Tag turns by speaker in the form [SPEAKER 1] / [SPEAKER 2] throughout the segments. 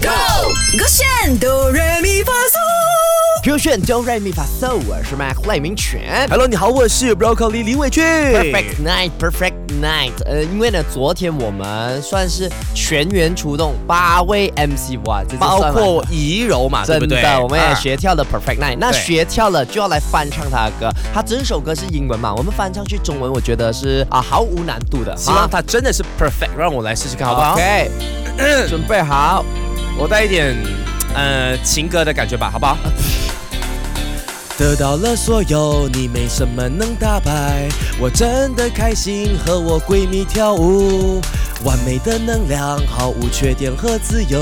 [SPEAKER 1] Go，我选哆来咪发嗦。
[SPEAKER 2] 优选 Do Re Mi Fa So，我是 Mac 赖明全。
[SPEAKER 3] Hello，你好，我是 Broccoli 李伟俊。
[SPEAKER 2] Perfect night, perfect night。呃，因为呢，昨天我们算是全员出动，八位 MC 哇，这就
[SPEAKER 3] 包
[SPEAKER 2] 算完
[SPEAKER 3] 括
[SPEAKER 2] 了
[SPEAKER 3] 怡柔嘛，对
[SPEAKER 2] 真
[SPEAKER 3] 不对？
[SPEAKER 2] 的，我们也
[SPEAKER 3] 啊。
[SPEAKER 2] 学跳了 Perfect Night。那
[SPEAKER 3] 对
[SPEAKER 2] 学跳了就要来翻唱他的歌，他整首歌是英文嘛，我们翻唱去中文，我觉得是啊毫无难度的。啊
[SPEAKER 3] 希望它真的是 perfect，让我来试试看好不好
[SPEAKER 2] OK，准备好。
[SPEAKER 3] 我带一点呃情歌的感觉吧，好不好？ 得到了所有，你没什么能打败。我真的开心，和我闺蜜跳舞，完美的能量，毫无缺点和自由。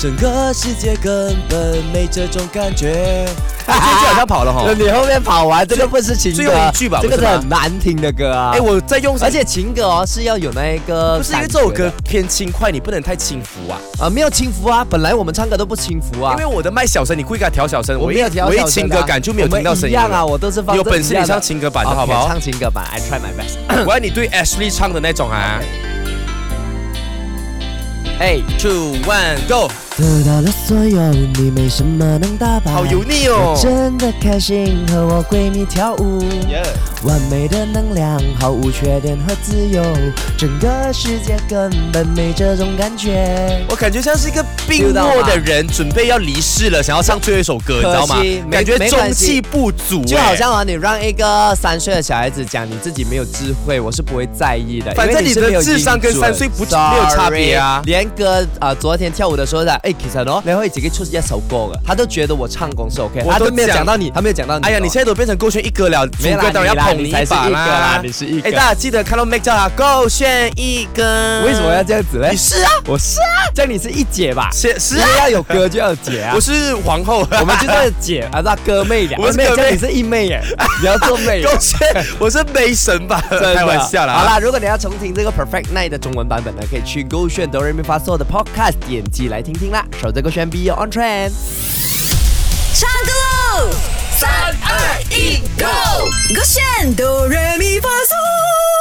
[SPEAKER 3] 整个世界根本没这种感觉。最近哎好像跑了哈
[SPEAKER 2] 那你后面跑完，这个不是情歌，啊
[SPEAKER 3] 最后一句吧
[SPEAKER 2] 这个
[SPEAKER 3] 不
[SPEAKER 2] 是
[SPEAKER 3] 是吗
[SPEAKER 2] 很难听的歌啊。
[SPEAKER 3] 哎，我在用，
[SPEAKER 2] 而且情歌哦是要有那个
[SPEAKER 3] 不
[SPEAKER 2] 感觉
[SPEAKER 3] 是
[SPEAKER 2] 的，
[SPEAKER 3] 因为这首歌偏轻快，你不能太轻浮啊。
[SPEAKER 2] 啊、没有轻浮啊，本来我们唱歌都不轻浮啊
[SPEAKER 3] 因为。我的麦小声，你故意给它调小声，
[SPEAKER 2] 我
[SPEAKER 3] 一
[SPEAKER 2] 没有调
[SPEAKER 3] 我一
[SPEAKER 2] 小声
[SPEAKER 3] 情
[SPEAKER 2] 的
[SPEAKER 3] 歌
[SPEAKER 2] 啊
[SPEAKER 3] 感就没有听到声音了。
[SPEAKER 2] 我们一样啊，我都是放
[SPEAKER 3] 有
[SPEAKER 2] 这
[SPEAKER 3] 本事
[SPEAKER 2] 一样
[SPEAKER 3] 你
[SPEAKER 2] 的
[SPEAKER 3] 唱情歌版的
[SPEAKER 2] OK，
[SPEAKER 3] 好不好？
[SPEAKER 2] 唱情歌版，I try my best
[SPEAKER 3] 我要你对 Ashley 唱的那种啊。
[SPEAKER 2] 哎。
[SPEAKER 3] Two one go，
[SPEAKER 2] 得到了所有，你没什么能打败。
[SPEAKER 3] 好油腻哦。
[SPEAKER 2] 真的开心，和我闺蜜跳舞。
[SPEAKER 3] Yeah
[SPEAKER 2] 完美的能量，毫无缺点和自由，整个世界根本没这种感觉。
[SPEAKER 3] 我感觉像是一个病弱的人，准备要离世了，想要唱最后一首歌，你知道吗
[SPEAKER 2] 可惜？没
[SPEAKER 3] 感觉
[SPEAKER 2] 没
[SPEAKER 3] 中
[SPEAKER 2] 关系
[SPEAKER 3] 气不足，
[SPEAKER 2] 就好
[SPEAKER 3] 哎
[SPEAKER 2] 像啊，你让一个三岁的小孩子讲你自己没有智慧，我是不会在意的。
[SPEAKER 3] 反正
[SPEAKER 2] 因为
[SPEAKER 3] 你
[SPEAKER 2] 是
[SPEAKER 3] 的
[SPEAKER 2] 没有
[SPEAKER 3] 智商跟
[SPEAKER 2] 音准
[SPEAKER 3] 三岁不没有差别啊
[SPEAKER 2] Sorry，连哥啊、呃昨天跳舞的时候的，哎，其实哦，然后自己出一首歌的，他都觉得我唱功是 OK，
[SPEAKER 3] 我
[SPEAKER 2] 他
[SPEAKER 3] 都
[SPEAKER 2] 都没有
[SPEAKER 3] 讲
[SPEAKER 2] 讲到你，他没有讲到你。啊哦
[SPEAKER 3] 哎呀，你现在都变成勾选一哥了，主
[SPEAKER 2] 没啦
[SPEAKER 3] 哥当然
[SPEAKER 2] 你
[SPEAKER 3] 要
[SPEAKER 2] 啦
[SPEAKER 3] 捧
[SPEAKER 2] 你
[SPEAKER 3] 你
[SPEAKER 2] 才
[SPEAKER 3] 一
[SPEAKER 2] 是
[SPEAKER 3] 把
[SPEAKER 2] 一哥
[SPEAKER 3] 啦
[SPEAKER 2] 啦。你是一啊哥
[SPEAKER 3] 哎，大家记得看到 Mac 叫他勾选一哥。
[SPEAKER 2] 为什么要？这样子嘞？
[SPEAKER 3] 你是啊，
[SPEAKER 2] 我是啊，这样你是一姐吧？
[SPEAKER 3] 是是
[SPEAKER 2] 因
[SPEAKER 3] 啊，
[SPEAKER 2] 为要有哥就要有姐啊
[SPEAKER 3] 我。是皇后。
[SPEAKER 2] 哎 我们就是姐啊，那哥妹俩。
[SPEAKER 3] 我是
[SPEAKER 2] 没有
[SPEAKER 3] 哥妹
[SPEAKER 2] 这样你是义妹耶，你要做 妹耶。
[SPEAKER 3] 勾选，我是梅神吧？
[SPEAKER 2] 真的
[SPEAKER 3] 开玩笑啦。
[SPEAKER 2] 好啦，如果你要重听这个 Perfect Night 的中文版本呢，可以去勾选 Do Re Mi Fa So 的 Podcast 点击来听听啦。守着勾选 Be Your On Trend。
[SPEAKER 1] 唱歌喽！三二一，Go！我选哆来咪发嗦。